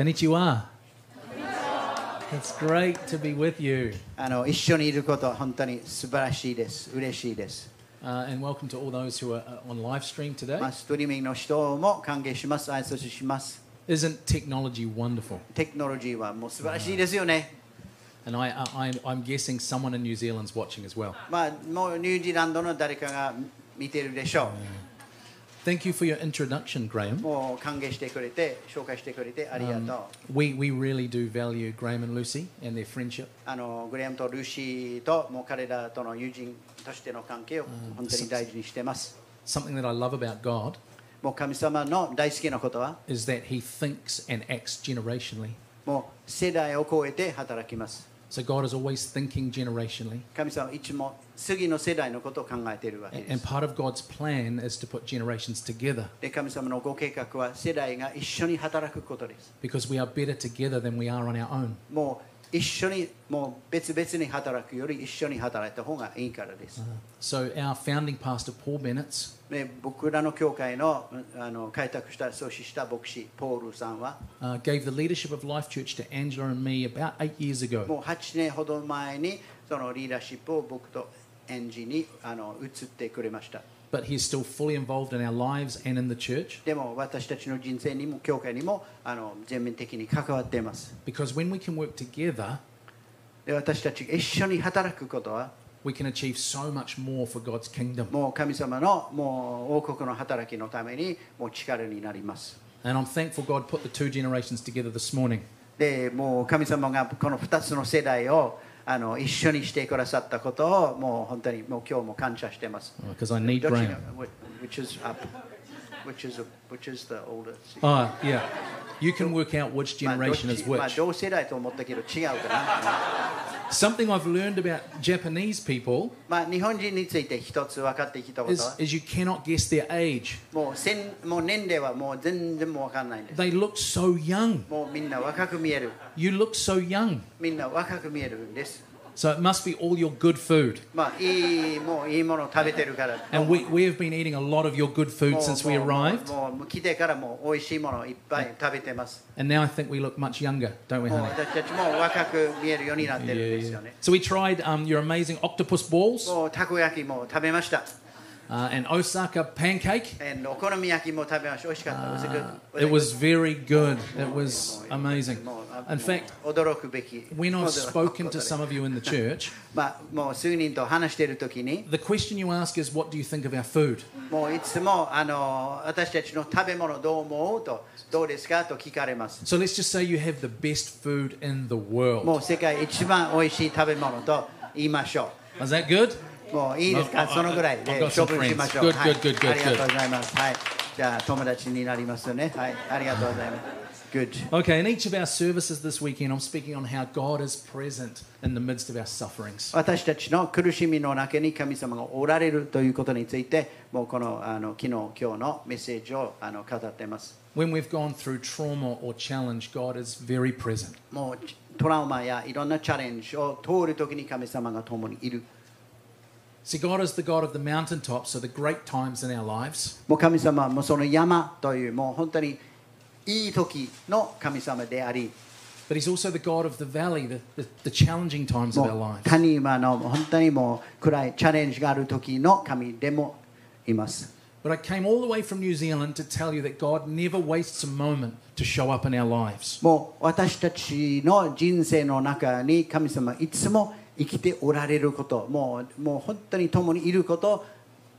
Konnichiwa. It's great to be with you. あの一緒にいること本当に素晴らしいです嬉しいです、 Uh, and welcome to all those who are uh, on live stream today. まあ、ストリーミングの人も歓迎します挨拶します Isn't technology wonderful? テクノロジーはもう素晴らしいですよね、 And I, uh, I, I'm, I'm guessing someone in New Zealand's watching as well. まあ、もうニュージーランドの誰かが見てるでしょ Thank you for your introduction, う Graham. もう歓迎してくれて紹介してくれてありがとう、 We, we really do value Graham and Lucy and their friendship. あのグレアムとルーシーともう彼らとの友人としての関係を本当に大事にしてます、 Something that I love about God もう神様の大好きなことは is that he thinks and acts generationally. もう世代を超えて働きます So God is always thinking generationally. 神様はいつも次の世代のことを考えているわけ And, で and す part of God's plan is to put generations together で神様のご計画は世代が一緒に働くことです because we are better together than we are on our own. もう一緒にもう別々に働くより一緒に働いた方がいいからです、 So our founding pastor, Paul Bennett, ね、僕らの教会のあの開拓した創始した牧師ポールさんは uh, gave the leadership of Life Church to Angela and me about eight years ago. もう8年ほど前にそのリーダーシップを僕とエンジにあの移ってくれました But he's still fully involved in our lives and in the church でも私たちの人生にも教会にもあの全面的に関わっています because when we can work together, で私たちが一緒に働くことは we can achieve so much more for God's kingdom. もう神様のもう王国の働きのためにもう力になります And I'm thankful God put the two generations together this morning. でもう神様がこの2つの世代をあの一緒にしてくださったことをもう本当にもう今日も感謝してます。 Because I need どっちが Graham. which is up, which is, which is the older. Ah, yeah. You can work out which まあどっち generation is まあ which. 同世代と思ったけ ど違うかな。 Something I've learned about Japanese people まあ日本人について一つ分かってきたこと is, は、 is you cannot guess their age. もうせんもう年齢はもう全然もう分かんないんです。 They look so young. もうみんな若く見える。 You look so young. みんな若く見えるんです。 So it must be all your good food. まあいいもういいもの食べて るから。 And we, we have been eating a lot of your good food もう since we もう arrived. もうもう来てからもう美味しいものいっぱい食べてます。 And now I think we look much younger, don't we, もう honey? 私たちも若く見えるようになってる Oh, Yeah, んですよ yeah. ね。 So we tried um, your amazing octopus balls もうたこ焼きも食べました。 uh, and Osaka pancake. And お好み焼きも食べました。美味しかった。 Uh, 美 it 味し was very good. It か was った amazing. もうあ In fact, もう驚くべき。 when 驚 I've く spoken こと to です some of you in the church, まあ、もう数人と話しているときに、 the question you ask is, What do you think of our food? もういつもあの私たちの食べ物どう思うと、どうですかと聞かれます。 So let's just say you have the best food in the world. もう世界一番美味しい食べ物と言いましょ Is that good? う。もういいですか、 No, I- そのぐらい I've で got 処 some 分しましょ friends. う。 Good, はい good, good, good, ありがとうございます。はい。じゃあ友達になりますよね。はい。ありがとうございます。Good. Okay, in each of our services this weekend, I'm speaking on how God is present in the midst of our sufferings. 私たちの苦しみの中に神様がおられるということについてもうこのあの昨日今日のメッセージをあの語ってます When we've gone through trauma or challenge, God is very present. もうトラウマやいろんなチャレンジを通るときに神様が共にいる See, God is the God of the mountaintop, so the great times in our lives, もう神様はもうその山というもう本当にいい時の神様であり but He's also the God of the valley, the, the, the challenging times of our も lives. う谷間の本当にもう暗いチャレンジがある時の神でもいます But I came all the way from New Zealand to tell you that God never wastes a moment to show up in our lives. もう私たちの人生の中に神様いつも生きておられることもうもう本当に共にいることを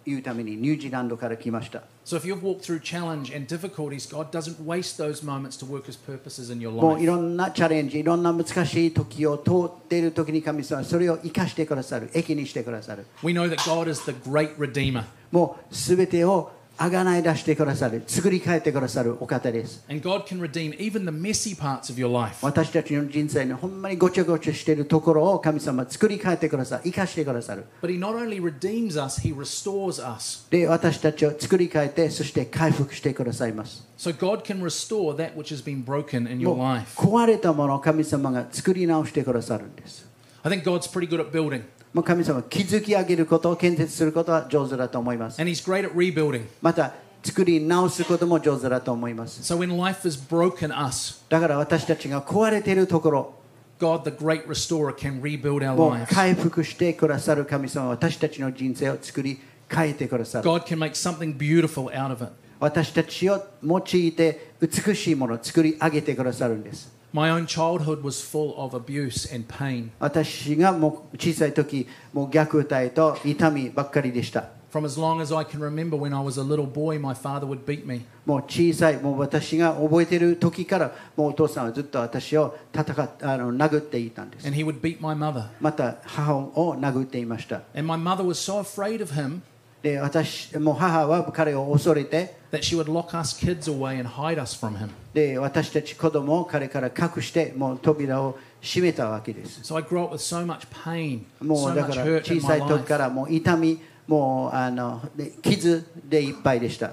言うためにニュージーランドから来ました So if you've walked through challenge and difficulties, God doesn't waste those moments to work His purposes in your もう life. いろんなチャレンジいろんな難しい時を通っている時に神様はそれを生かしてくださる益にしてくださる We know that God is the great redeemer. もう全てをあがない出してくださる作り変えてくださるお方です And God can redeem even the messy parts of your life. 私たちの人生のほんまにごちゃごちゃしているところを神様は作り変えてくださる生かしてくださる But He not only redeems us, He restores us. で私たちを作り変えてそして回復してくださいます So God can restore that which has been broken in your もう life. 壊れたものを神様が作り直してくださるんです、 I think God's pretty good at building, まあ、神様は築き上げることを建設することは上手だと思います and He's great at rebuilding. また作り直すことも上手だと思います So when life has broken us, だから私たちが壊れているところ God, the great restorer, can rebuild our を lives. 回復してくださる神様は私たちの人生を作り変えてくださる God can make something beautiful out of it. 私たちを用いて美しいものを作り上げてくださるんです My own childhood was full of abuse and pain. 私がもう小さい時もう虐待と痛みばっかりでした From as long as I can remember, when I was a little boy, my father would beat me. もう小さいもう私が覚えてる時からもうお父さんはずっと私を戦っあの殴っていたんです and he would beat my mother. また母を殴っていました And my mother was so afraid of him で私もう母は彼を恐れて that she would lock us kids away and hide us from him. で私たち子供を彼から隠してもう扉を閉めたわけです So I grew up with so much pain, も so う much だから hurt 小 in さ my い時 life. からもう痛みもうあので傷でいっぱいでした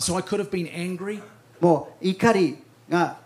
So I could have been angry. もう怒りが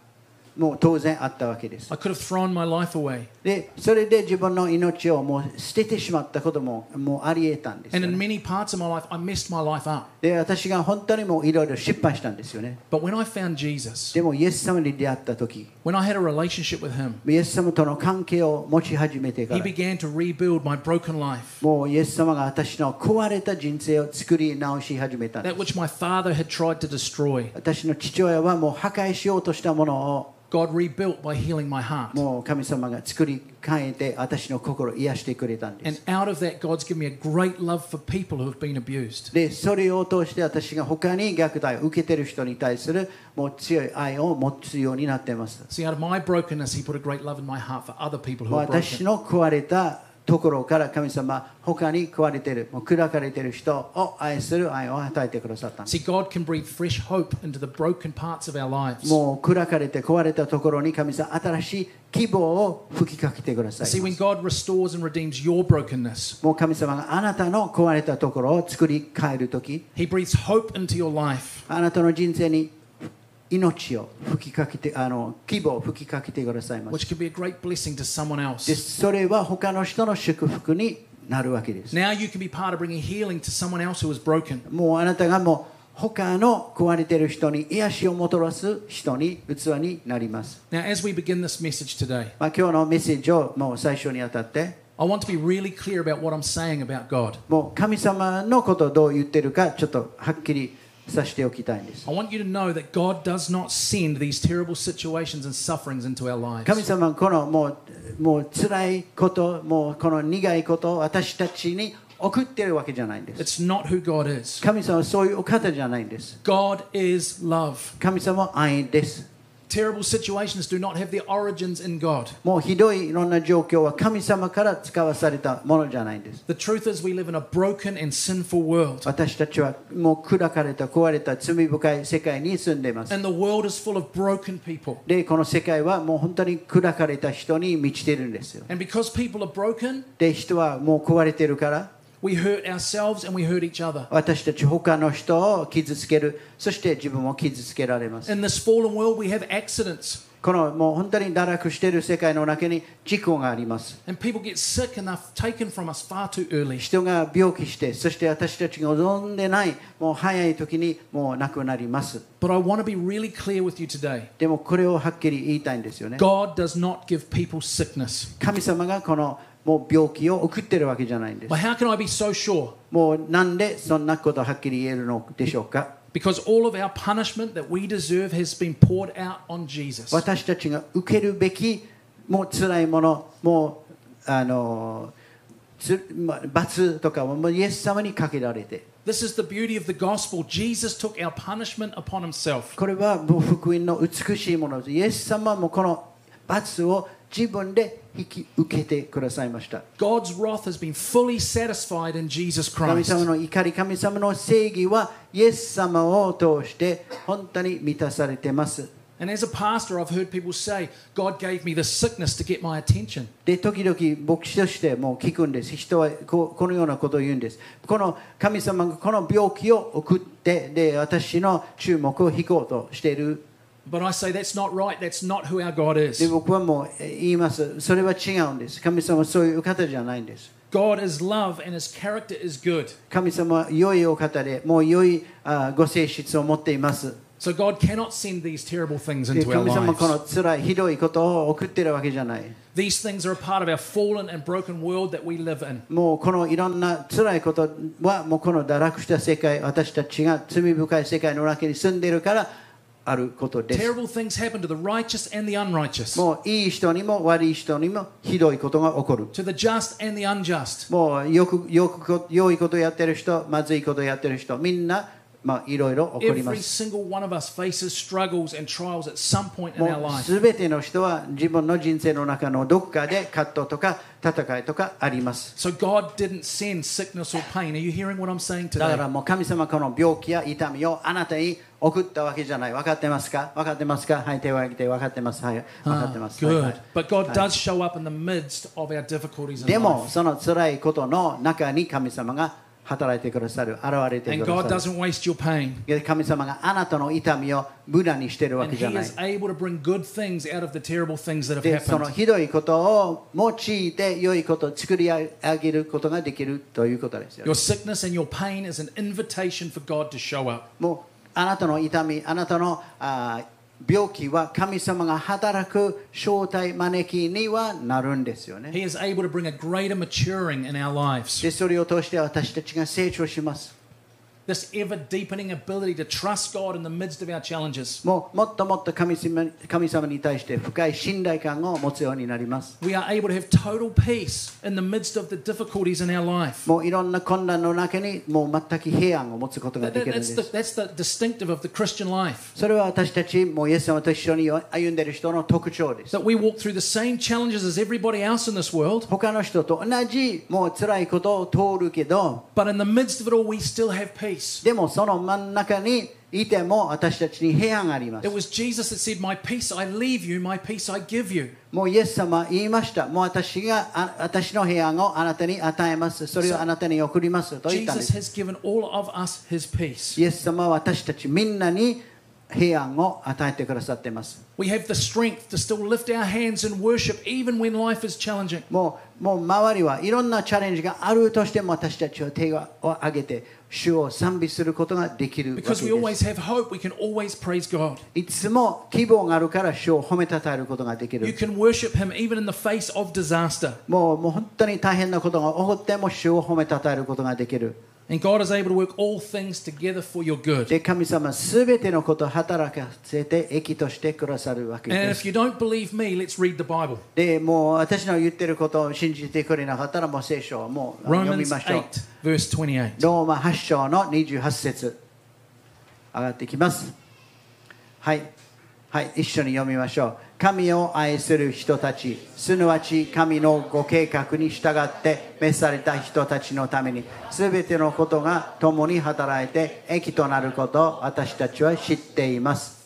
もう当然あったわけです I could have thrown my life away. でそれで自分の命をもう捨ててしまったことももうあり得たんですよ And ね、 in many parts of my life, I messed my life up. で私が本当にもういろいろ失敗したんですよね But when I found Jesus, でもイエス様に出会った時 when I had a relationship with him, イエス様との関係を持ち始めてか he ら began to rebuild my broken life. もうイエス様が私の壊れた人生を作り直し始めたんで That す which my father had tried to destroy, 私の父親はもう破壊しようとしたものを God rebuilt by healing my heart. もう神様が作り変えて私の心を癒してくれたんで And す out of that, God's given me a great love for people who have been abused. でそれを通して私が他に虐待を受けてる人に対するもう強い愛を持つようになってます See, out of my brokenness, He put a great love in my heart for other people who are 私 broken. の壊れたところから神様他に壊れてるもう砕かれてる人を愛する愛を与えてくださったんです See, God can breathe fresh hope into the broken parts of our lives. もう砕かれて壊れたところに神様新しい希望を吹きかけてくださ See, い when God restores and redeems your brokenness, もう神様があなたの壊れたところを作り変える時 He breathes hope into your life. あなたの人生に命を吹きかけてあの希望を吹きかけてくださいます Which can be a great blessing to someone で else. それは他の人の祝福になるわけです Now you can be part of bringing healing to someone else who is broken. もうあなたがもう他の壊れてる人に癒しをもたらす人に器になります、 Now, as we begin this message today, まあ、今日のメッセージをもう最初にあたって I want to be really clear about what I'm saying about God. もう神様のことをどう言ってるかちょっとはっきりさせておきたいんです I want you to know that God does not send these terrible situations and sufferings into our 神 lives. 様はこのもうもう辛いこともうこの苦いことを私たちに送ってるわけじゃないんです It's not who God is. 神様はそういうお方じゃないんです God is love. 神様は愛です。 Terrible situations do not have their origins in God. もうひどいいろんな状況は神様から使わされたものじゃないんです。 The truth is, we live in a broken and sinful world, 私たちはもう砕かれた壊れた罪深い世界に住んでいます。 and the world is full of broken people. で、この世界はもう本当に砕かれた人に満ちてるんですよ。 And because people are broken, で、人はもう壊れてるから、 we hurt ourselves and we hurt each other. 私たち他の人を傷つける、そして自分も傷つけられます。 In this fallen world, we have accidents, このもう本当に堕落してる世界の中に事故があります。 and people get sick enough taken from us far too early. 人が病気して、そして私たちが望んでない、もう早い時にもう亡くなります。 But I want to be really clear with you today でもこれをはっきり言いたいんですよね。 God does not give people sickness. 神様がこのもう病気を送ってるわけじゃないんです。 But how can I be so sure? もうなんでそんなことをはっきり言えるのでしょうか Because all of our punishment that we deserve has been poured out on Jesus. 私たちが受けるべきもう辛いもの、もうあのつま罰とかはもうイエス様にかけられて、 This is the beauty of the gospel. Jesus took our punishment upon himself. これはもう福音の美しいものです。イエス様もこの罰を自分で引き受けてくださいました。 God's wrath has been fully satisfied in Jesus 神 Christ. 様の怒り、神様の正義はイエス様を通して本当に満たされてます。 And as a pastor, I've heard people say, God gave me this sickness to get my attention. で、時々牧師としても聞くんです。人はここのようなことを言うんです。この神様がこの病気を送って、で、私の注目を引こうとしている But I say that's not right. That's not who our God で is. 僕はもうえー言いますそれは違うんです神様はそういうお方じゃないんです God is love and his character is good. 神様は良いお方でもう良いあーご性質を持っています So God cannot send these terrible things で into our 神様はこの lives. 辛いひどいことを送ってるわけじゃない These things are a part of our fallen and broken world that we live in. もうこのいろんな辛いことはもうこの堕落した世界私たちが罪深い世界の中に住んでいるからあることです Terrible things happen to the righteous and the unrighteous, もういい人にも悪い人にもひどいことが起こる to the just and the unjust. もうよくよくこ良いことやってる人まずいことやってる人みんな、まあ、いろいろ起こりま Every す single one of us faces struggles and trials at some point in も our う life. 全ての人は自分の人生の中のどこかで葛藤とか戦いとかあります So God didn't send sickness or pain. Are you hearing what I'm saying だか today? らもう神様はこの病気や痛みをあなたに送ったわけじゃない分かってますか分かってますかはい手を挙げて分かってますはい分かってま Ah, す、はいは good. い But God does show up in the midst of our difficulties で in も life. その辛いことの中に神様が働いてくださる現れて And くだ God さる doesn't waste your pain. で神様があなたの痛みを無駄にしてるわ And けじ He ゃない is able to bring good things out of the terrible things that have でその happened. ひどいことを用いて良いことを作り上げることができるということですよ Your sickness and your pain is an invitation for God to show up. もうあなたの痛みあなたのあー病気は神様が働く正体招きにはなるんですよね He is able to bring a greater maturing in our lives. でそれを通して私たちが成長します This ever deepening ability to trust God in the midst of our challenges. もうもっともっと神様神様に対して深い信頼感を持つようになります We are able to have total peace in the midst of the difficulties in our life. もういろんな困難の中にもう全く平安を持つこと That- がで that- きるんで that's, the, す that's the distinctive of the Christian life. それは私たちもうイエス様と一緒に歩んでいる人の特徴です That we walk through the same challenges as everybody else in this world, 他の人と同じもう辛いことを通るけど but in the midst of it all, we still have peace. でもその真ん中にいても私たちに平安があります It was Jesus that said, My peace I leave you, my peace I give you. もうイエス様は言いましたもう私があ私の平安をあなたに与えますそれをあなたに送りますと言ったんで Jesus す has given all of us his peace. イエス様は私たちみんなに平安を与えてくださっています We have the strength to still lift our hands in worship even when life is challenging. もうもう周りはいろんなチャレンジがあるとしても私たちは手を挙げて主を賛美することができるわけで Because we す always have hope, we can always praise God. いつも希望があるから主を褒めたたえることができる You can worship him even in the face of disaster. もうもう本当に大変なことが起こっても主を褒めたたえることができる。 And God is able to work all things together for your good. で、神様はすべてのことを働かせて益としてくださるわけ And で if す。 you don't believe me, let's read the Bible. で、もう私の言ってることを信じてくれなかったらもう聖書をもうあの読み Romans ましょう。 8, verse 28. ローマ8章の28節上がってきます。はい。はい、一緒に読みましょう。神を愛する人たち、すなわち神のご計画に従って召された人たちのために、すべてのことが共に働いて益となることを私たちは知っています。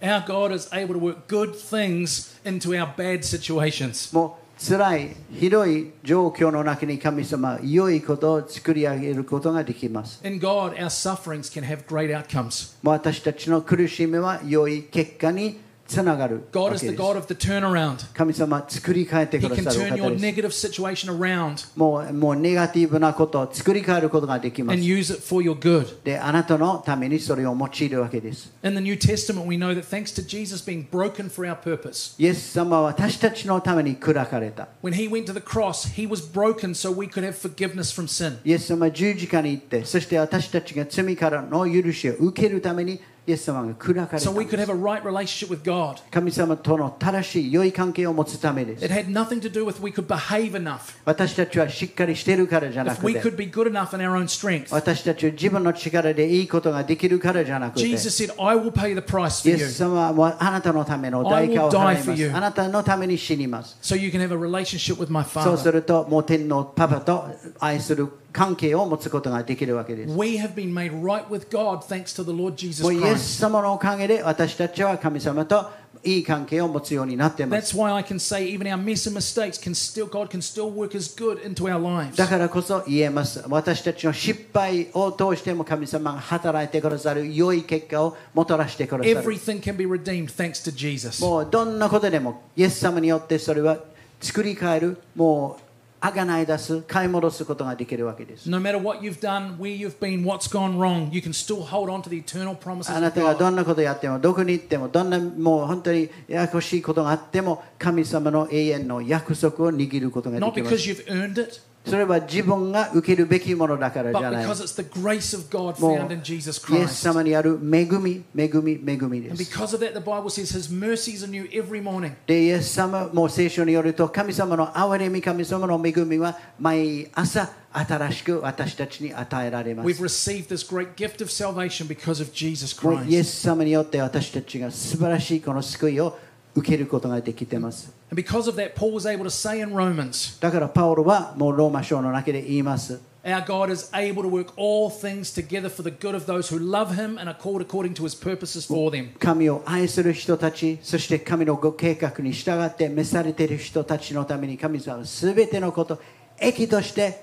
Our God is able to work good things into our bad situations. もう辛い、ひどい状況の中に神様は良いことを作り上げることができます。 In God, our sufferings can have great outcomes. もう私たちの苦しみは良い結果につながる God わ is け the です God of the turnaround. 神様作り変えて He くだ can さる turn お方 your です negative situation around もうもうネガティブなことを作り変えることができま and す use it for your good. であなたのためにそれを用いるわけです In the New Testament, we know that thanks to Jesus being broken for our purpose, イエス様は私たちのために砕かれた when he went to the cross, he was broken so we could have forgiveness from sin. イエス様は十字架に行ってそして私たちが罪からの許しを受けるためにイエス様が砕かれ So たん we could で have す a right relationship with God. 神様との正しい良い関係を持つためで It す had nothing to do with we could behave enough, 私たちはしっかりしてるからじゃな if く we て could be good enough in our own strength. 私たちは自分の力でいいことができるからじゃなくて Jesus said, I will pay the price イ for エ you ス様はあなたのための代価を I will die 払 for い you. ます。あなたのために死にます。 so you can have a relationship with my そうす Father. ると、もう天皇パパと愛する関係を持つことができるわけです。 We have been made right with God thanks to the Lord Jesus もうイエ Christ. ス様のおかげで私たちは神様といい関係を持つようになっていま That's す。why I can say even our mess and mistakes can still God can still work His good into our lives. だからこそ言えます。私たちの失敗を通しても神様が働いてくださる良い結果をもたらしてくださる。 Everything can be redeemed thanks to Jesus. もうどんなことでもイエス様によってそれは作り変える、もうあがない出す、買い戻すことができるわけです。 No matter what you've done, where you've been, what's gone wrong, you can still hold on to the eternal あ promises な of たがど God. んなことやっても、どこに行っても、どんなもう本当にややこしいことがあっても、神様の永遠の約束を握ることがで Not きます because。you've earned it, それは自分が受けるべきものだからじ but ゃない。 because it's the grace of God もう found in Jesus イエス Christ. 様にある恵み、恵み、恵みで And す。 because of that, the Bible says His mercies are new every morning. で、イエス様も聖書によると、神様の憐れみ、神様の恵みは毎朝新しく私たちに与えられま We've す。 received this great gift of salvation because of Jesus もうイエ Christ. ス様によって私たちが素晴らしいこの救いを受けることができています。 And because of that, Paul was able to say in Romans, だからパウロはもうローマ書の中で言います。 Our God is able to work all things together for the good of those who love Him and are called according to His purposes for them. 神を愛する人たち、そして神のご計画に従って召されている人たちのために神様は全てのこと、益として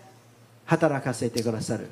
働かせてくださる。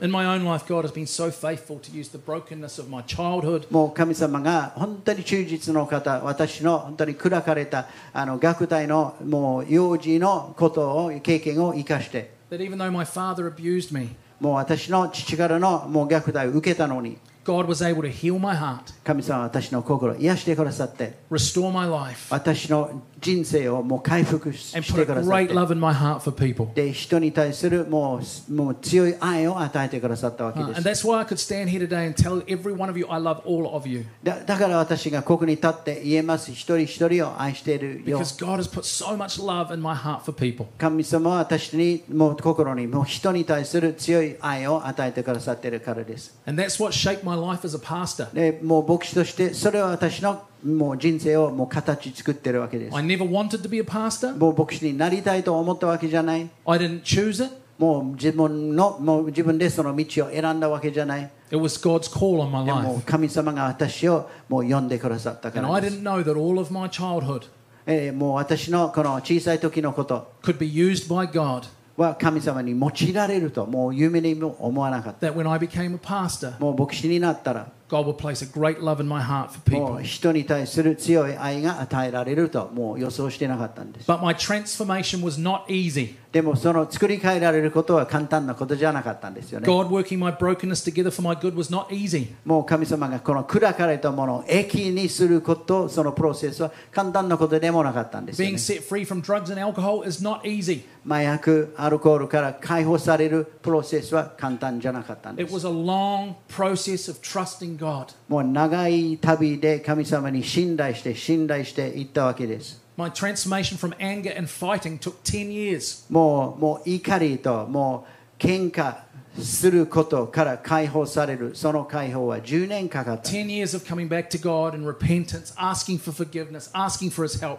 In my own life, God has been so faithful to use the brokenness of my childhood もう神様が本当に忠実の方、私の本当に砕かれたあの学体のもう幼児のことを経験を生かして、 that even though my father abused me, もう私の父からのもう虐待を受けたのに、 God was able to heal my heart, 神様は私の心を癒してくださって、 restore my life, 私の人生をもう回復し and し put a てくださっ great て。 love in my heart for people. で人に対するもうもう強い愛を与えてくださったわけ Uh, で and す。 that's why I could stand here today and tell every one of you I love all of you だだから私がここに立って言えます。一人一人を愛しているよ。 because God has put so much love in my heart for people. 神様は私にもう心にもう人に対する強い愛を与えてくださっているからです。 And that's what shaped my life as a pastor. でもう牧師としてそれは私のもう人生をもう形作ってるわけです I。never wanted to be a pastor, もう牧師になりたいと思ったわけじゃない。 I didn't choose it. もう自分のもう自分でその道を選んだわけじゃない。 It was God's call on my でも life. 神様が私をもう呼んでくださったか And ら I です。 didn't know that all of my childhood えーもう私のこの小さい時のこと could be used by God, は神様に用いられるともう夢にも思わなかっ that when I became a pastor, たもう牧師になったら God would place a great love in my heart for も people. う人に対する強い愛が与えられるともう予想してなかったんです But my transformation was not easy. でもその作り変えられることは簡単なことじゃなかったんですよね God working my brokenness together for my good was not easy. もう神様がこの砕かれたものを益にすることそのプロセスは簡単なことでもなかったんですよ Being ね set free from drugs and alcohol is not easy. 麻薬アルコールから解放されるプロセスは簡単じゃなかったんで It す was a long process of trusting God. もう長い旅で神様に信頼して信頼していったわけです。 My transformation from anger and fighting took 10 years. もうもう怒りともう喧嘩することから解放されるその解放は10年かかった。 10 years of coming back to God in repentance, asking for forgiveness, asking for His help.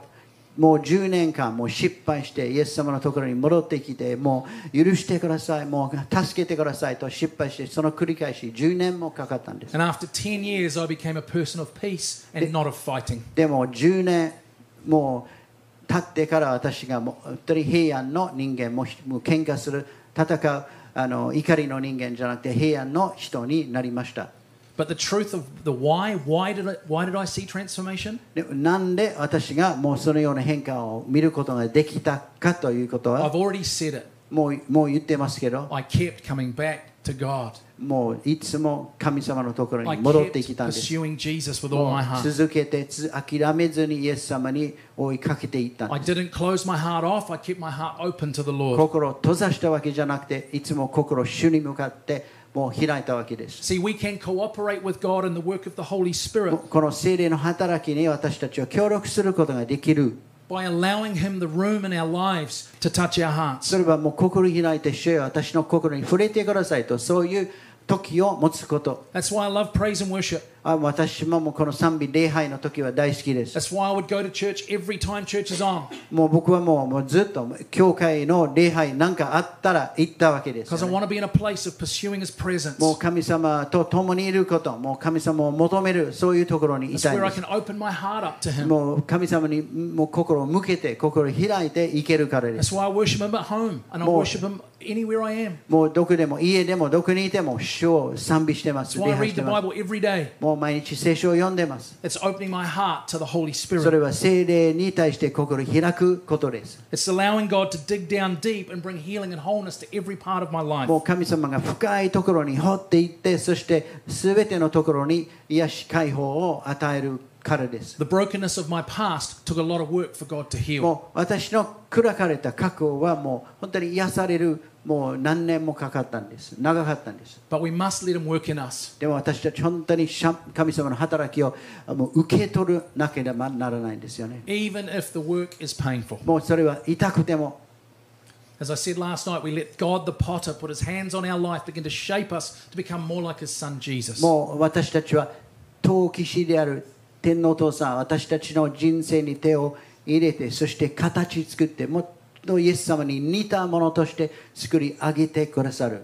もう10年間もう失敗してイエス様のところに戻ってきてもう許してくださいもう助けてくださいと失敗してその繰り返し10年もかかったんです。 And after 10 years, I became a person of peace and not of fighting. でも10年もう経ってから私がもう本当に平安の人間もうもう喧嘩する戦うあの怒りの人間じゃなくて平安の人になりました But the truth of the why, why did I, why did I see transformation? でなんで私がもうそのような変化を見ることができたかということ I've は already said it. もうもう言ってますけど I kept coming back to God. もういつも神様のところ I に戻ってき kept たんです pursuing Jesus with all も my う heart. 続けてつ諦めずにイエス様に追いかけていったんです I didn't close my heart off. I kept my heart open to the Lord. 心を閉ざしたわけじゃなくていつも心を主に向かってもう開いたわけです See, we can cooperate with God in the work of the Holy も Spirit うこの精霊の働きに私たちは協力することができる by allowing Him the room in our lives to touch our hearts. それはもう心を開いて主よ私の心に触れてくださいとそういう時を持つこと That's why I love praise and worship. あ私ももうこの賛美礼拝の時は大好きです That's why I would go to church every time church is on, もう僕はもうもうずっと教会の礼拝なんかあったら行ったわけですよ because I ね、 want to be in a place of pursuing His presence. もう神様と共にいることもう神様を求めるそういうところにい That's たい where で I す can open my heart up to Him. もう神様にもう心を向けて心を開いていけるからです That's why I worship Him at home and I More. worship Him anywhere I am. もうどこでも家でもどこにいても主を賛美してます That's why 礼 I read 拝し the てます Bible every day. もう毎日聖書を読んでます It's opening my heart to the Holy それ Spirit. は聖霊に対して心を開くことです It's allowing God to dig down deep and bring healing and wholeness to every part of my life. もう神様が深いところに掘っていってそして全てのところに癒し解放を与えるからです The brokenness of my past took a lot of work for God to heal. もう私の砕かれた過去はもう本当に癒されるもう何年もかかったんです長かったんです But we must let Him work in us. でも私たち本当に神様の働きをもう受け取るなければならないんですよね Even if the work is painful. もうそれは痛くても As I said last night, we let God the potter put his hands on our life, begin to shape us to become more like his son Jesus. もう私たちは陶器師である天皇お父さん私たちの人生に手を入れてそして形作ってもっとイエス様に似たものとして作り上げてくださる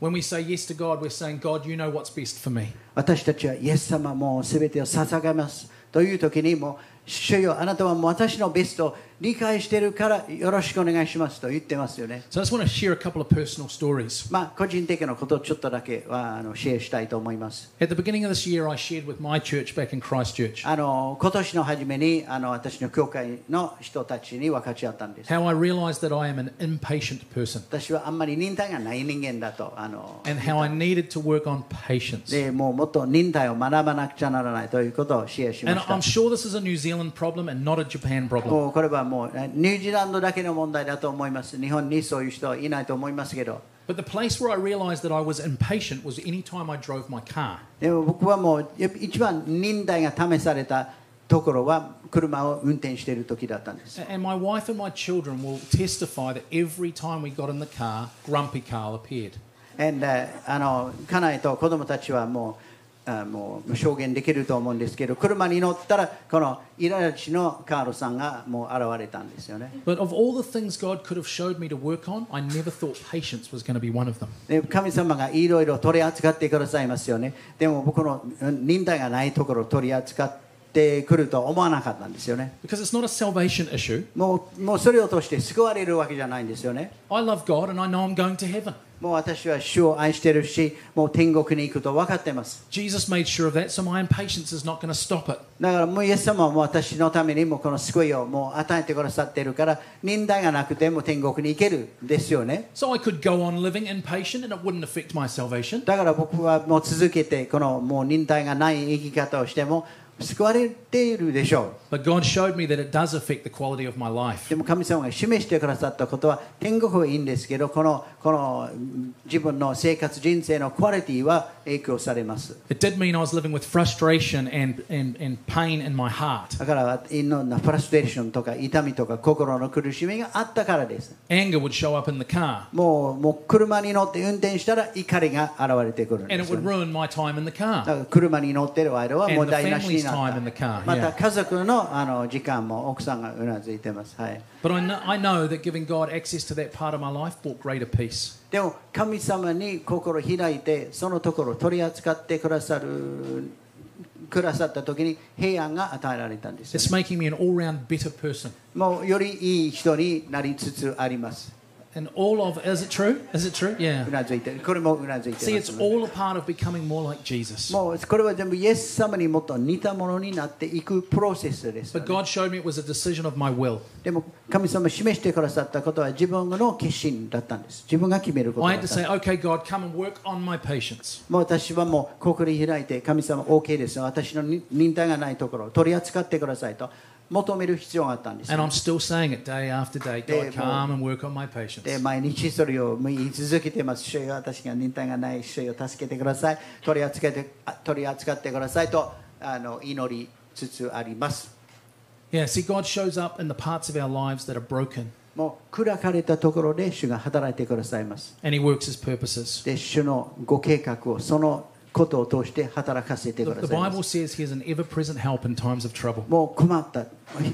When we say yes to God, we're saying, God, you know what's best for me. 私たちはイエス様もう全てを捧げますという時にもう主よあなたはもう私のベストを理解しているからよろしくお願いしますと言ってますよね So I just want to share a couple of personal stories. まあ個人的なことをちょっとだけはあのシェアしたいと思います At the beginning of this year, I shared with my church back in Christchurch あの今年の初めにあの私の教会の人たちに分かち合ったんです how I realized that I am an impatient person 私はあんまり忍耐がない人間だとあの and how I needed to work on patience. でもうもっと忍耐を学ばなくちゃならないということをシェアしま And した I'm sure this is a New Zealand problem and not a Japan problem. もうこれはもうえニュージーランドだけの問題だと思います日本にそういう人はいないと思いますけど But the place where I realized that I was impatient was any time I drove my car. でも僕はもうやっぱ一番忍耐が試されたところは車を運転している時だったんです And my wife and my children will testify that every time we got in the car, Grumpy Carl appeared. And, uh, あの家内と子供たちはもうあもう証言できると思うんですけど車に乗ったらこのイララチのカールさんがもう現れたんですよね But of all the things God could have showed me to work on, I never thought patience was going to be one of them. で神様がいろいろ取り扱ってくださいますよねでも僕のうん忍耐がないところを取り扱ってくると思わなかったんですよね Because it's not a salvation issue. もうもうそれを通して救われるわけじゃないんですよね I love God and I know I'm going to heaven. もう私は主を愛してるしもう天国に行くと分かってます Jesus made sure of that, so my impatience is not going to stop it. だからもうイエス様はもう私のためにもうこの救いをもう与えてくださってるから忍耐がなくても天国に行けるんですよね So I could go on living impatient and it wouldn't affect my salvation. だから僕はもう続けてこのもう忍耐がない生き方をしても救われているでしょう But God showed me that it does affect the quality of my life. でも神様が示してくださったことは天国はいいんですけどこのこのうん自分の生活人生のクオリティは影響されます It did mean I was living with frustration and, and, and pain in my heart. だからいろんなフラストレーションとか痛みとか心の苦しみがあったからです Anger would show up in the car もうもう車に乗って運転したら怒りが現れてくるんで and す it よ would ね ruin my time in the だか car. ら車に乗ってる間はもう台無しに And な the family's time in the った car, ま yeah. た家族のあの時間も奥さんがうなずいてます、はい、 But I know, I know that giving God access to that part of my life brought greater peace. でも神様に心を開いてそのところを取り扱ってくださるくださった時に平安が与えられたんですよ It's ね、 making me an all round better person. もうよりいい人になりつつあります。 And all of, is it true? Is it true? う Yeah. なずいてる。これもうなずいて See, ま it's す、 all a part of becoming more like Jesus. もうこれは全部イエス様にもっと似たものになっていくプロセスですよ But ね、 God showed me it was a decision of my will. でも神様示してくださったことは自分の決心だったんです。自分が決めること I だっ had たん to です。 say, okay, God, come and work on my patience. もう私はもう心を開いて神様 OK ですよ私のに忍耐がないところを取り扱ってくださいと求める必要があったんです And I'm still saying it day after day Yeah, God, come and work on my で patience. 毎日それを言い続けてます主よ私が忍耐がない主よ助けてください取り扱ってあ取り扱ってくださいとあの祈りつつあります Yeah, see, God shows up in the parts of our lives that are broken もう砕かれたところで主が働いてくださいます and He works His purposes. で主のご計画をそのことを通して働かせて The, くだ the さいます Bible says he is an ever present help in times of trouble. もう困った、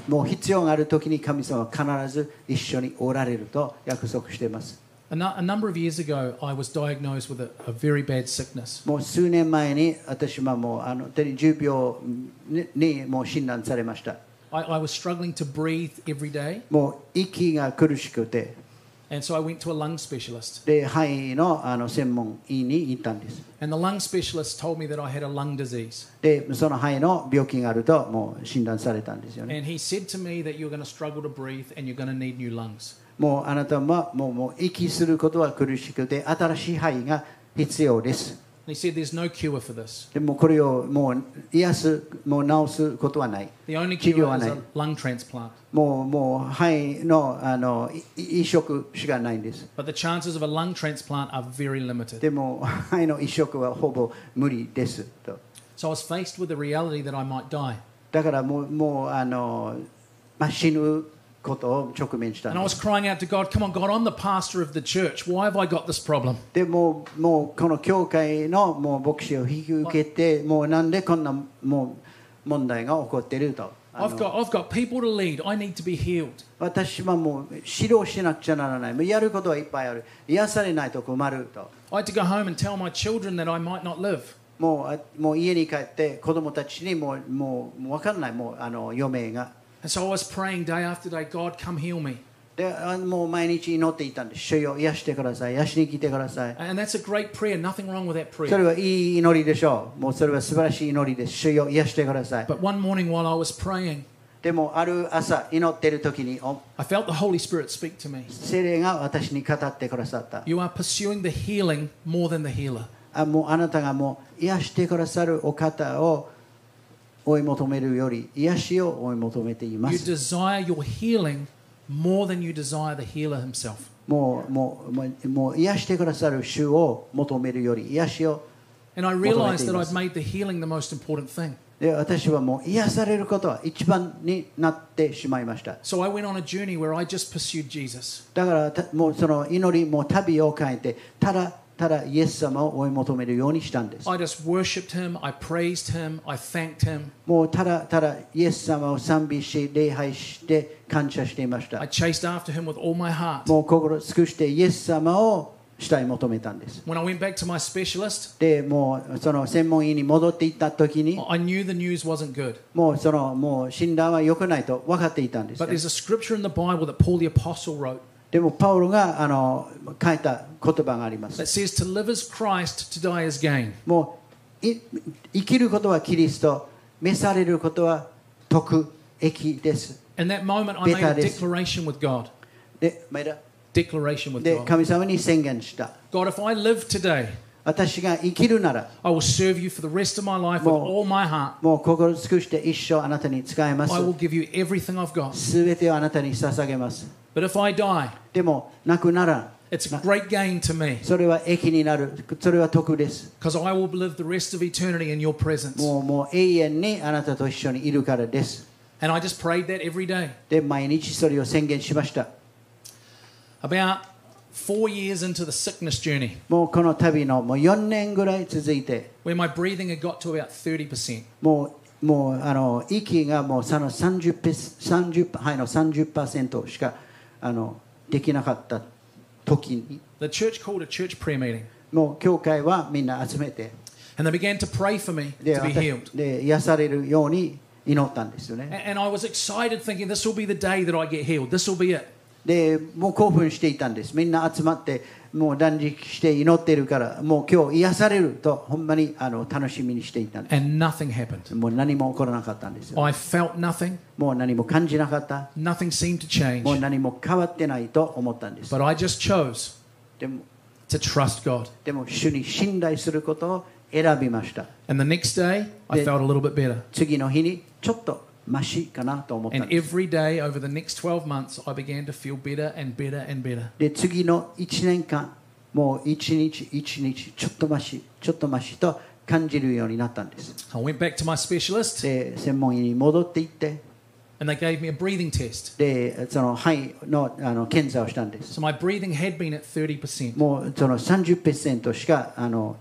もう必要がある時に神様は必ず一緒におられると約束しています。 A, nu- a number of years ago, I was diagnosed with a, a very bad sickness. もう数年前に私はもうあの手に10秒ににもう診断されました。 I, I was struggling to breathe every day, もう息が苦しくて、 and so I went to a lung specialist. で肺のあの専門医に行ったんです。 And the lung specialist told me that I had a lung disease. で、その肺の病気があるともう診断されたんですよね。 And he said to me that you're going to struggle to breathe and you're going to need new lungs. もうあなたはもうもう息することは苦しくて、新しい肺が必要です。 And he said there's no cure for this. でもこれをもう癒す、もう治すことはない。 The only 治療 cure は is ない a。lung transplant. もうもう肺のあのいい移植しかないんです。 But the chances of a lung transplant are very limited. でも肺の移植はほぼ無理ですと。 So I was faced with the reality that I might die. だからもうもうあの、まあ、死ぬことを直面したん And I で was す。 crying out to God, Come on, God, I'm the pastor of the church. Why have I got this problem? でもうもうこの教会のもう牧師を引き受けて、もうなんでこんなもう問題が起こっていると。あ I've の got, I've got people to lead. I need to be healed. 私はもう指導しなくちゃならない。もうやることはいっぱいある。癒されないと困ると。 I had to go home and tell my children that I might not live. もうあもう家に帰って子供たちにもうもうもう分かんないもうあの余命が And so I was praying day after day, God, come heal me. であもう毎日祈っていたんです主よ癒してください癒しに来てください And that's a great prayer. Nothing wrong with that それ prayer. はいい祈りでしょうもうそれは素晴らしい祈りです主よ癒してください But one morning while I was praying, でもある朝祈っている時にお I felt the Holy Spirit speak to me. 精霊が私に語ってくださった You are pursuing the healing more than the healer. あもうあなたがもう癒してくださるお方を追い求めるより癒しを追い求めていま You す desire your healing more than you desire the healer himself. もうもうもうもう癒してくださる主を求めるより癒しを And I realized that I've made the healing the most important thing. で私はもう癒されることは一番になってしまいました So I went on a journey where I just pursued Jesus. だからたもうその祈りも旅を変えてただただイエス様を追い求めるようにしたんです I just worshipped him, I praised him, I thanked him, もうただただイエス様を賛美し礼拝して感謝していまし I た chased after him with all my heart. もう心尽くしてイエス様を主体求めたんです When I went back to my specialist, でもうその専門医に戻っていった時に I knew the news wasn't good. もうそのもう診断は良くないと分かっていたんです But ね there's a scripture in the Bible that Paul the Apostle wrote でもパウロがあの書いた言葉があります that says, To live is Christ, to die is gain. もうい生きることはキリスト召されることは徳益です In that moment, I made a Better is- declaration with God. で前田 Declaration with で God. 神様に宣言した God, if I live today, 私が生きるなら I will serve you for the rest of my life with Well- all my heart. もう心尽くして一生あなたに使えま I will す give you everything I've got. すべてをあなたに捧げます But if I die, でもなくなら it's a な great gain to me それは益になるそれは徳です because I will live the rest of eternity in your presence. もうもう永遠にあなたと一緒にいるからです And I just prayed that every day. で毎日それを宣言しました About four years into the sickness journey, もうこの旅のもう4年ぐらい続いて where my breathing had got to about 30%, もうもうあの息がもうその 30, ペス30はいの30%しかあのできなかった時に the church called a church prayer meeting もう教会はみんな集めて and they began to pray for me で to be healed. で癒されるように祈ったんですよ A- ね And I was excited thinking, this will be the day that I get healed. This will be it. でもう興奮していたんですみんな集まってもう断食して祈ってるからもう今日癒されるとほんまにあの楽しみにしていたんで And nothing happened. すもう何も起こらなかったんですよ I felt nothing. もう何も感じなかった Nothing seemed to もう change. 何も変わってないと思ったんです But I just chose でも to trust God. でも主に信頼することを選びました And the next day, I Yeah. felt a little bit better. 次の日にちょっとマシかなと思ったん And です every day over the next 12 months, I began to feel better and better and better. で次の1年間もう1日1日ちょっとマシちょっとマシと感じるようになったんです I went back to my specialist で専門医に戻っていって and they gave me a breathing test. でその肺のあの検査をしたんです So my breathing had been at 30%. もうその30%しかあの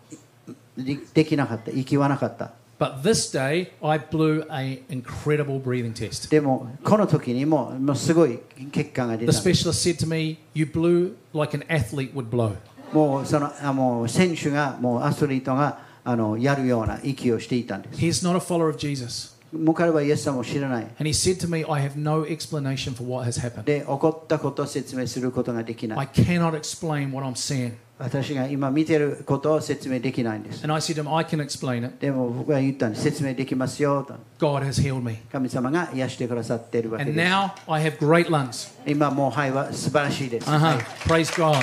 でできなかった生きはなかった But this day, I blew an incredible breathing test. でもこの時にももうすごい結果が出 The た specialist said to me, You blew like an athlete would blow. もうそのあもう選手がもうアスリートがあのやるような息をしていたんです He's not a follower of Jesus. もう彼はイエス様を知らない And he said to me, I have no explanation for what has happened. で起こったことを説明することができな I い cannot explain what I'm seeing. 私が今見てることを説明できないんです And I said to him, I can explain it. でも僕は言ったんです説明できますよと God has healed me. 神様が癒してくださっているわけ And です now I have great lungs. 今もう肺は素晴らしいです、 Uh は huh. い Praise God.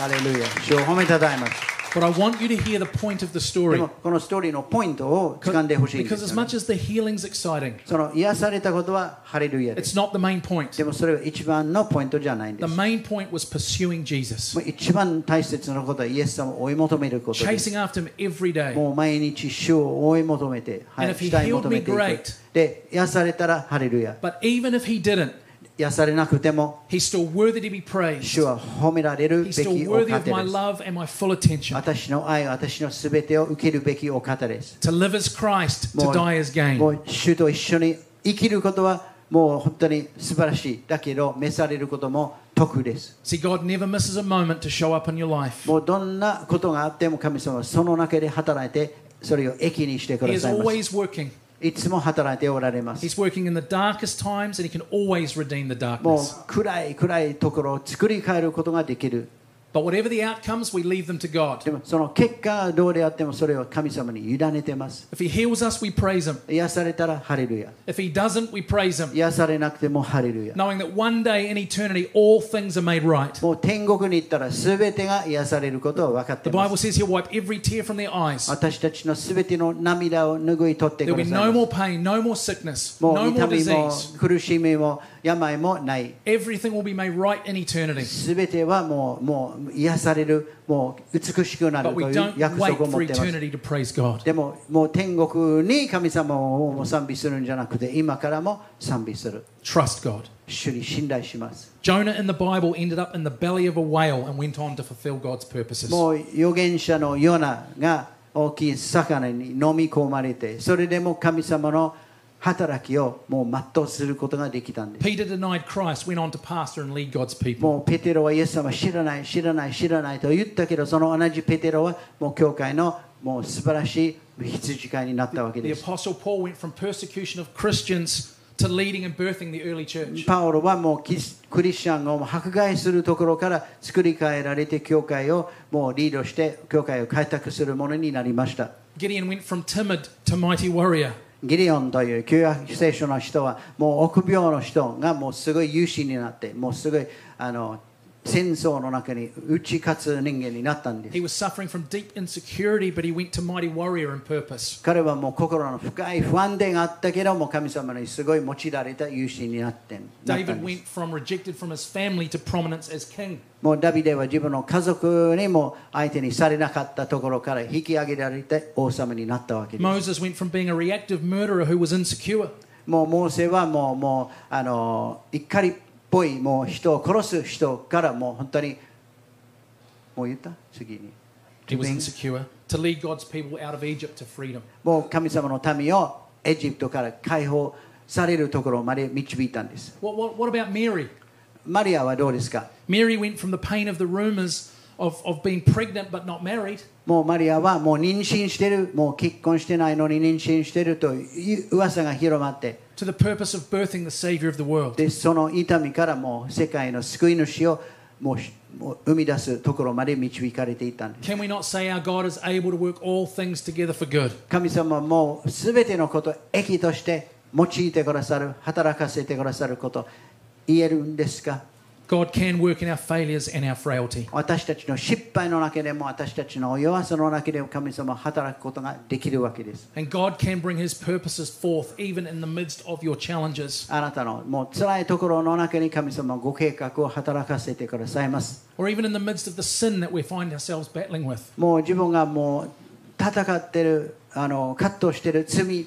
ハレルヤ主を褒めたたえます But I want you to hear the point of the で story. もこのストーリーのポイントを掴んでほしいんで Because す as よね、 much as the healing's exciting, その癒されたことはハレルヤです it's not the main point. でもそれは一番のポイントじゃないんで The す。 main point was pursuing Jesus, もう一番大切なことはイエス様を追い求めることです。 chasing after him every day. もう毎日主を追い求めて、は And い、 if he 主体求めてい healed me, く great.。で、癒されたらハレルヤ。 But even if he didn't, 癒されなくても he's still worthy to be praised. 主は褒められるべ He's き still お方 worthy of my です。 love and my full attention. 私の愛、私のすべてを受けるべきお方です。 To live as Christ, to も die as うも gain. う主と一緒に生きることはもう本当に素晴らしい。だけど、召されることも得です。 See, God never misses a moment to show up in your life. もうどんなことがあっても神様はその中で働いて、それを益にしてく He だ is さいます。 always working. いつも働いておられます。 He's working in the darkest times and he can always redeem the も darkness. う暗い暗いところを作り変えることができる。 But whatever the outcomes, we leave them to God. でもその結果がどうであってもそれは神様に委ねてます。 If he heals us, we praise him. 癒されたらハレルヤ。 If he doesn't, we praise him. 癒されなくてもハレルヤ。 Knowing that one day in eternity, all things are made right. もう天国に行ったら全てが癒されることは分かって The ま Bible す。 says he'll wipe every tear from their eyes. 私たちの全ての涙を拭い取ってく There'll だ be さ no いま more す。 pain, no more sickness, もう no 痛 more みも disease. 苦しみも病もない。 Everything will be made right in eternity. 全てはもうもう癒される、もう美しくなる But と we いう don't 約 wait 束を持 for っています。 eternity to praise God. でももう天国に神様を賛美するんじゃなくて今からも賛美する Trust God. 主に信頼します Jonah in the Bible ended up in the belly of a whale and went on to fulfill God's purposes. もう預言者のヨナが大きい魚に飲み込まれてそれでも神様の働きをもう全うすることができたんです Peter denied Christ, went on to pastor and lead God's people. もうペテロはイエス様知らない知らない知らないと言ったけどその同じペテロはもう教会のもう素晴らしい羊飼いになったわけ The です Apostle Paul went from persecution of Christians to leading and birthing the early church. パウロはもうキリスクリスチャンを迫害するところから作り変えられて教会をもうリードして教会を開拓するものになりました Gideon went from timid to mighty warrior. ギリオンという旧約聖書の人はもう臆病の人がもうすごい有志になってもうすごいあの戦争の中に打ち勝つ人間になったんです He was suffering from deep insecurity, but he went to mighty warrior in purpose. 彼はもう心の深い不安定があったけどもう神様にすごい用いられた有志になってなった David んです went from rejected from his family to prominence as king. もうダビデは自分の家族にも相手にされなかったところから引き上げられて王様になったわけです。 Moses went from being a reactive murderer who was insecure もうモーセはもうもうあの怒りっぽいもう人を殺す人からもう本当にもう言った次に he was insecure to lead God's people out of Egypt to freedom. もう神様の民をエジプトから解放されるところまで導いたんです What, what, what about Mary? マリアはどうですか Mary went from the pain of the rumors of, of being pregnant but not married もうマリアはもう妊娠してるもう結婚してないのに妊娠してるという噂が広まって to the purpose of birthing the Savior of the world. でその痛みからもう世界の救い主をもうしもう生み出すところまで導かれていたんです Can we not say our God is able to work all things together for good? 神様はもう全てのことを益として用いてくださる働かせてくださること言えるんですか God can work in our failures and our frailty. 私たちの失敗の中でも私たちの弱さの中でも神様は働くことができるわけです And God can bring his purposes forth even in the midst of your challenges. あなたのもう辛いところの中に神様はご計画を働かせてくださいます or even in the midst of the sin that we find ourselves battling with. もう自分がもう戦ってるあの葛藤してる罪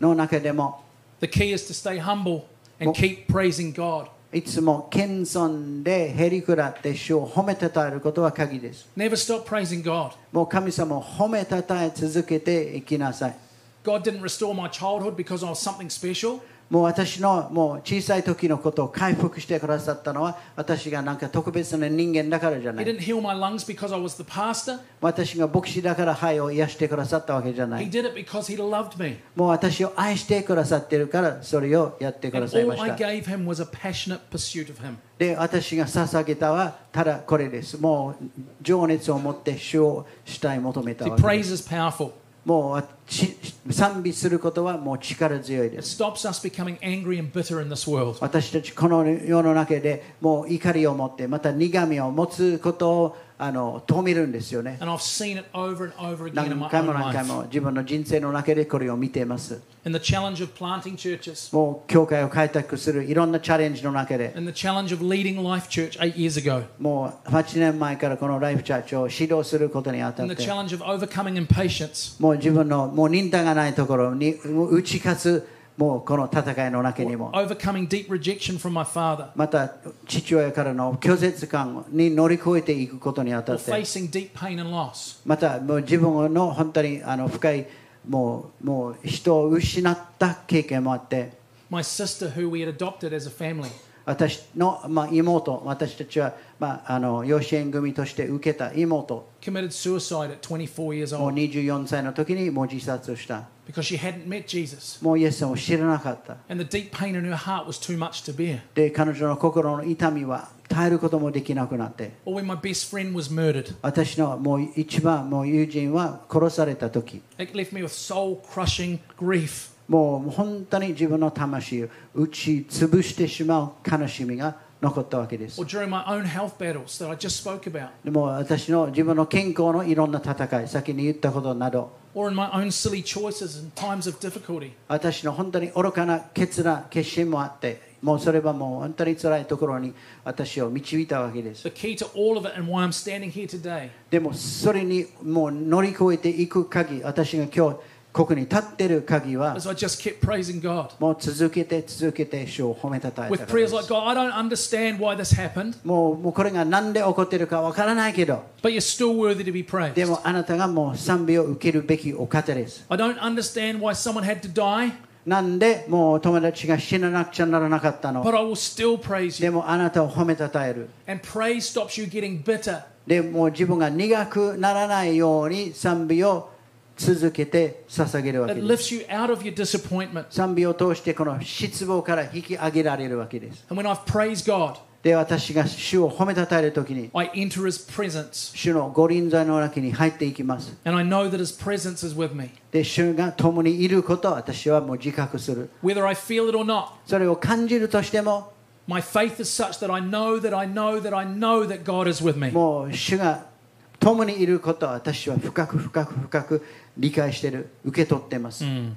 の中でも The key is to stay humble and Well- keep praising God. いつも謙遜でへりくらって主を褒めたたえることは鍵です。 Never stop praising God. もう神様を褒めたたえ続けていきなさい。 God didn't restore my childhood because I was something special. もう私のもう小さい時のことを回復してくださったのは私がなんか特別な人間だからじゃな He い didn't heal my lungs because I was the pastor. 私が牧師だから肺を癒してくださったわけじゃな He い did it because He loved me. もう私を愛してくださってるからそれをやってく And ださいま all し I た gave Him was a passionate pursuit of Him. で私が捧げたはただこれですもう情熱を持って主を主体求めた See, わけで praise す is powerful. もうち賛美することはもう力強いで It す stops us becoming angry and bitter in this world. 私たちこの世の中でもう怒りを持ってまた苦みを持つことをあの止めるんですよね And I've seen it over and over again in 何 my 回 own も何回 life. も自分の人生の中でこれを見ています In the challenge of planting churches, もう教会を開拓するいろんなチャレンジの中で in the challenge of leading Life Church eight years ago, もう8年前からこのライフチャーチを指導することにあた in っ the て challenge of overcoming impatience, もう自分のもう忍耐がないところにもう打ち勝つもうこの戦いの中にも overcoming deep rejection from my father, また父親からの拒絶感に乗り越えていくことにあた or って facing deep pain and loss. またもう自分の本当にあの深いもうもう人を失った経験もあって My sister, who we had adopted as a family, 私の、まあ、妹私たちは、まあ、あの養子縁組として受けた妹 committed suicide at 24 years もう old 24歳の時にもう自殺をした because she hadn't met Jesus. もうイエスを知らなかった And the deep pain in her heart was too much to bear. で彼女の心の痛みは耐えることもできなくなって Or when my best friend was murdered, 私のもう一番もう友人は殺された時 it left me with soul crushing grief. もう本当に自分の魂を打ち潰してしまう悲しみが残ったわけです Or during my own health battles that I just spoke about, でも私の自分の健康のいろんな戦い先に言ったことなど or in my own silly choices in times of difficulty. 私の本当に愚かな決断決心もあってもうそれはもう本当に辛いところに私を導いたわけです The key to all of it and why I'm standing here today でもそれにもう乗り越えていく鍵私が今日ここに立ってる鍵は is I just kept praising God もう続けて続けて主を褒めたたえたか with らで prayers す like, God, I don't understand why this happened, もうもうこれが何で起こってるかわからないけど but you're still worthy to be で praised. もあなたがもう賛美を受けるべきお方です I don't understand why someone had to die, なんでもう友達が死ななくちゃならなかったの but I will still praise you. でもあなたを褒めたたえる And praise stops you getting bitter でもう自分が苦くならないように賛美を続けて捧げるわけ It で lifts す you out of your disappointment. 賛美を通してこの失望から引き上げられるわけです And when I've praised God, で私が主を褒めたたえる時に I enter His presence. 主の御臨在の中に入っていきます And I know that His presence is with me. で主が共にいることを私はもう自覚する Whether I feel it or not, それを感じるとしても my faith is such that I know that I know that I know that God is with me. もう主が共にいることを私は深く深く深く理解している受け取ってます、 Need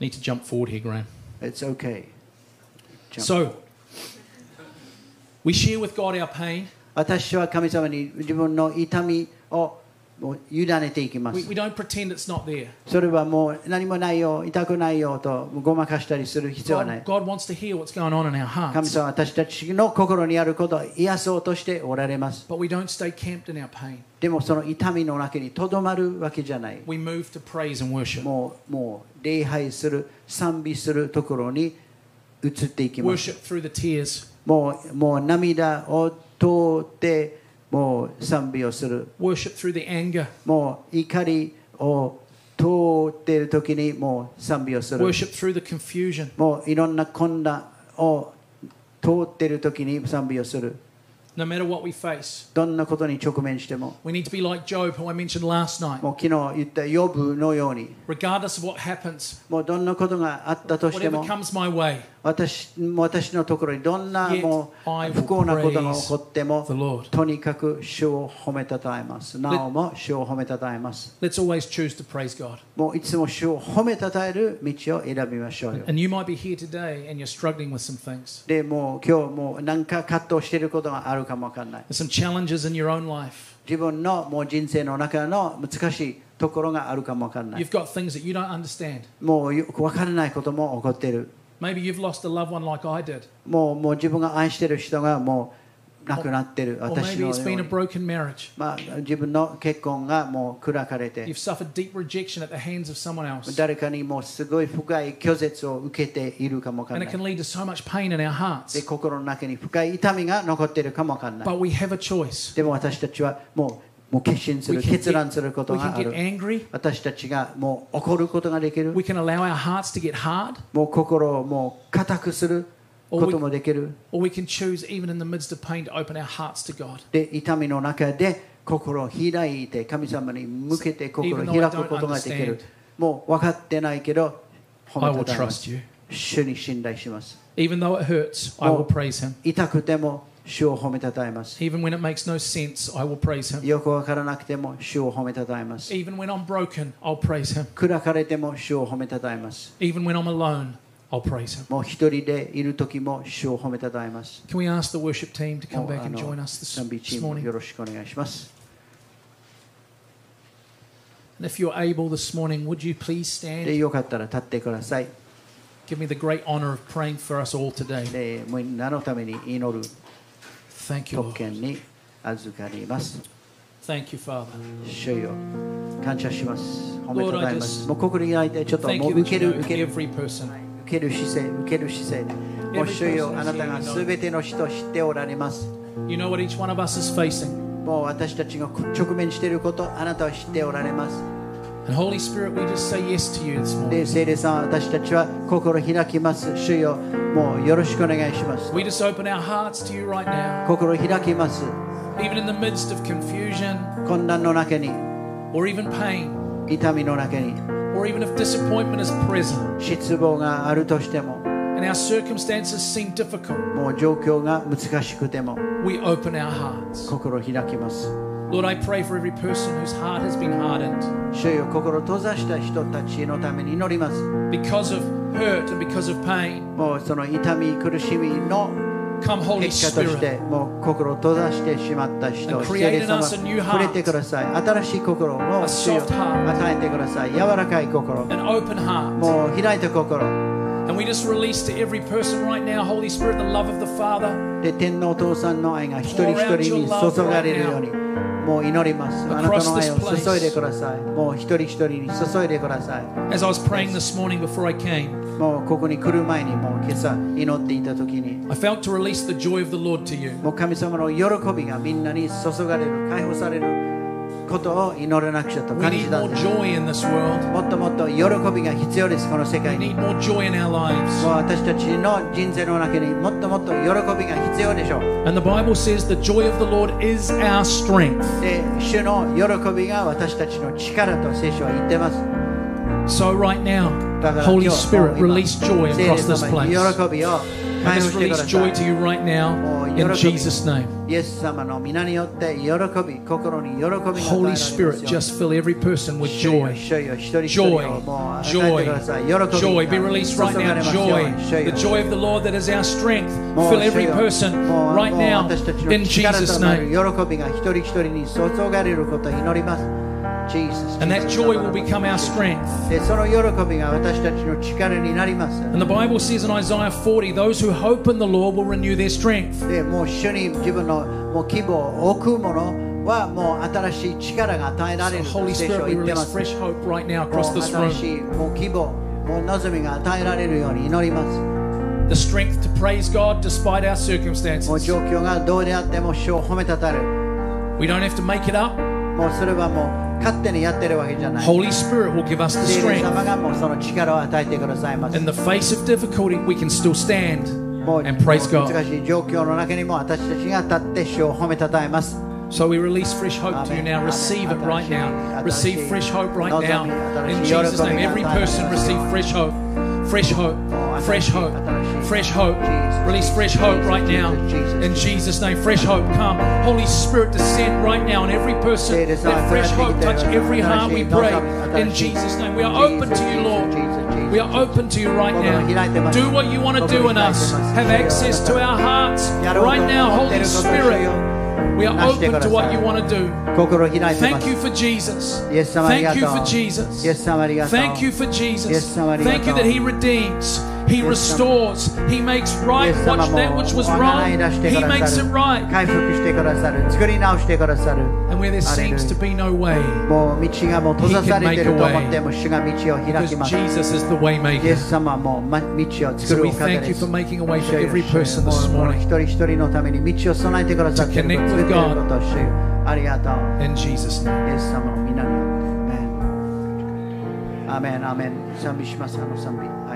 to jump forward here, Graham. It's okay Jump. So, we share with God our pain. 私は神様に自分の痛みをもう委ねていきま We, す we don't pretend it's not there. それはもう何もないよ痛くないよとごまかしたりする必要はな God, い God wants to hear what's going on in our 神 hearts. 様は私たちの心にあることを癒そうとしておられます But we don't stay camped in our pain. でもその痛みの中にとどまるわけじゃない We move to praise and worship. もうもう礼拝する賛美するところに移っていきます Worship through the tears. もうもう涙を通ってもう賛美をする Worship through the anger. もう怒りを通っている時にもう賛美をする Worship through the confusion. もういろんな困難を通っている時に賛美をする No matter what we face, どんなことに直面しても we need to be like Job, who I mentioned last night. もう昨日言った呼ぶのように Regardless of what happens, もうどんなことがあったとして whatever も comes my way, 私私のところにどんな Yet も I will う不幸なことが praise 起こって the も Lord. とにかく主を褒めたたえますなおも主を褒めたたえます Let's always choose to praise God. もういつも主を褒めたたえる道を選びましょうよ And you might be here today and you're struggling with some things. でもう今日もう何か葛藤していることがあるかもわかんない There's some challenges in your own life. 自分のもう人生の中の難しいところがあるかもわかんない You've got things that you don't understand. もうよくわからないことも起こっている Maybe you've lost a loved one like I did. もうもう自分が愛してる人がもう亡くなってる Or 私 maybe の it's よ been う a に broken marriage. まあ、自分の結婚がもう砕かれて You've suffered deep rejection at the hands of someone else. 誰かにもうすごい深い拒絶を受けているかもわかん And な it can い lead to so much pain in our で hearts. 心の中に深い痛みが残っているかもわかんない But we have a choice. でも私たちはもうもう決心す We る can 決断する get, こ we とが can あ get る angry. 私たちがもう怒ることができる We can allow our hearts to get hard. もう心をもう固くすることもできる Or we can choose, even in the midst of pain, to open our hearts to God. で痛みの中で心を開いて神様に向けて心 Even を though I 開くことができ don't understand. るもう分かってないけど I 褒め will たたえます trust you. 主に信頼します Even though it hurts, I will praise Him. 痛くても主を褒めたたえます Even when it makes no sense, I will praise Him. よく分からなくても主を褒めたたえます Even when I'm broken, I'll praise Him. 砕かれても主を褒めたたえます Even when I'm alone, I'll praise Him. もう一人でいる時も主を褒めたたえます Can we ask the worship team to come もう back あ and の join us this, 賛美チ this ーム morning? よろしくお願いします And if you're able this morning, would you please で stand? よかったら立ってください Give me the great honor of praying for us all today. でみんなのために祈る Thank you, 特 Lord. 権に預かります Thank you, Father. 主よ感謝します褒めた Lord, たえ I ま just- すもう心開いてちょっと Thank も you う that 受け you る know 受ける every person. 受ける姿勢受ける姿勢でもう Every 主よ person あなたが is here, すべての人を知っておられます You know what each one of us is facing. もう私たちが直面していることあなたは知っておられます And Holy Spirit, we just say yes to you this で morning. 聖霊さん私たちは心開きます主よもうよろしくお願いします We just open our hearts to you right now. 心開きます Even in the midst of confusion 混乱の中に or even pain, 痛みの中に or even if disappointment is present 失望があるとしても and our circumstances seem difficult, もう状況が難しくても we open our hearts. 心開きます Lord, I pray for every person whose heart has been hardened 主よ心を閉ざした人たちのために祈ります because of hurt and because of pain. もうその痛み苦しみの Come, Holy 結果として Spirit, もう心を閉ざしてしまった人 And 聖 create 霊 in 様 us a new heart. 触れてください新しい心を A 主 soft よ heart. 与えてください柔らかい心 an open heart. もう開いた心 And we just release to every person right now, Holy Spirit, the love of the Father, で天皇お父さんの愛が一人一人に注がれるようにもう祈りますあなたの愛を注いでくださいもう一人一人に注いでください as I was praying this morning before I came. もうここに来る前にもう今朝祈っていた時に I felt to release the joy of the Lord to you. もう神様の喜びがみんなに注がれる解放されることを祈らなくちゃと We 感じ need た more んですも joy in this world. っともっと喜びが必要ですこの世 We 界に need more joy in our も lives. う私たちの人生の中にもっともっと喜びが必要でしょう And the Bible says the joy of the Lord is our strength. で主の喜びが私たちの力と聖書は言ってます So right だ now, から今 Holy 日 Spirit, もう今 release joy 聖霊 across this 様に place. 喜びを I 解放 just してくだ release joy to さい you right now in Jesus' name. イエス様の皆によって喜び心に喜びが与えられますよう Holy に Spirit, just fill every person with 主よ joy. 主よ一人一人 Joy, をもう与え joy, てください喜びが joy. Be released right 注 now. がれますよ Joy, うに the 主よ joy of the Lord that is our strength. もう Fill every 主よ person もう right もう now 私たち in の力 Jesus' となる name. 喜びが一人一人に注がれることを祈ります Jesus, And that Jesus joy 様 will の become our strength. でその喜びが私たちの力になります And the Bible says in Isaiah 40, those who hope in the Lord will renew their strength. でもう主に自分のもう希望を置くものはもう新しい力が与えら So れる Holy 聖書 Spirit, は we 言ってま release す fresh hope right now も across う this 新 room. しいもう希望もう望みが与えられるように祈ります The strength to praise God despite our もう circumstances. 状況がどうであっても主を褒めたたる We don't have to make it up. もうそれはもう勝手にやってるわけじゃない Holy Spirit will give us the 聖霊 strength. 様がもうその力を与えてくださいます In the face of difficulty, we can still stand もう and praise もう God. 難しい状況の中にも私たちが立って主を褒めたたえます So we release fresh hope to you アーメン。 now. Receive it アーメン。新しい- right now. 新しい Receive fresh hope right 望み、 now. 新しい In Jesus' name, 喜びが与えられますように。 every person receive fresh hope. Fresh hope. もう新しい Fresh - hope. 新しい- Fresh hope. Oh, Jesus, Release fresh Jesus, hope right now. Jesus, Jesus, In Jesus' name, fresh hope. Come. Holy Spirit, descend right now on every person. 聖霊 Let 様 fresh 与えてきて hope touch ください。 every heart we pray. 新しい望み、 In 新しい Jesus' name, we are open to you, Jesus, Lord. Jesus, Jesus, We are open to you right 心開いてま now. す Do what you want to do in us. 心開いてま Have す。access to our hearts やろうと right now, 思っ Holy てることを主 Spirit. よ We are なして open ください。 to what you want to do. 心開いてま Thank す you for Jesus. イエス様あり Thank がと you for う。イエ Jesus. ス様ありがとう。 Thank you for イエ Jesus. ス様ありがとう Thank you that He redeems. He restores. He makes イ right エス what 様も that which was お習い wrong. 出して He くだ makes さ it る right. 回復してくださる作り直してくださる And where there ハレルヤ seems to be no way, もう道がもう閉ざされていると思っても主が道を開 because きます Jesus is the way イエ maker. ス様はもうま道を作 So る we お方 thank で you for す making a way for every person this もう morning 一人一人のために道を備えてくださってい To る connect 作 with っていることを主ありがとう in Jesus' name. イエス様の皆によってアーメンアーメンアーメン賛美しますあの賛美はい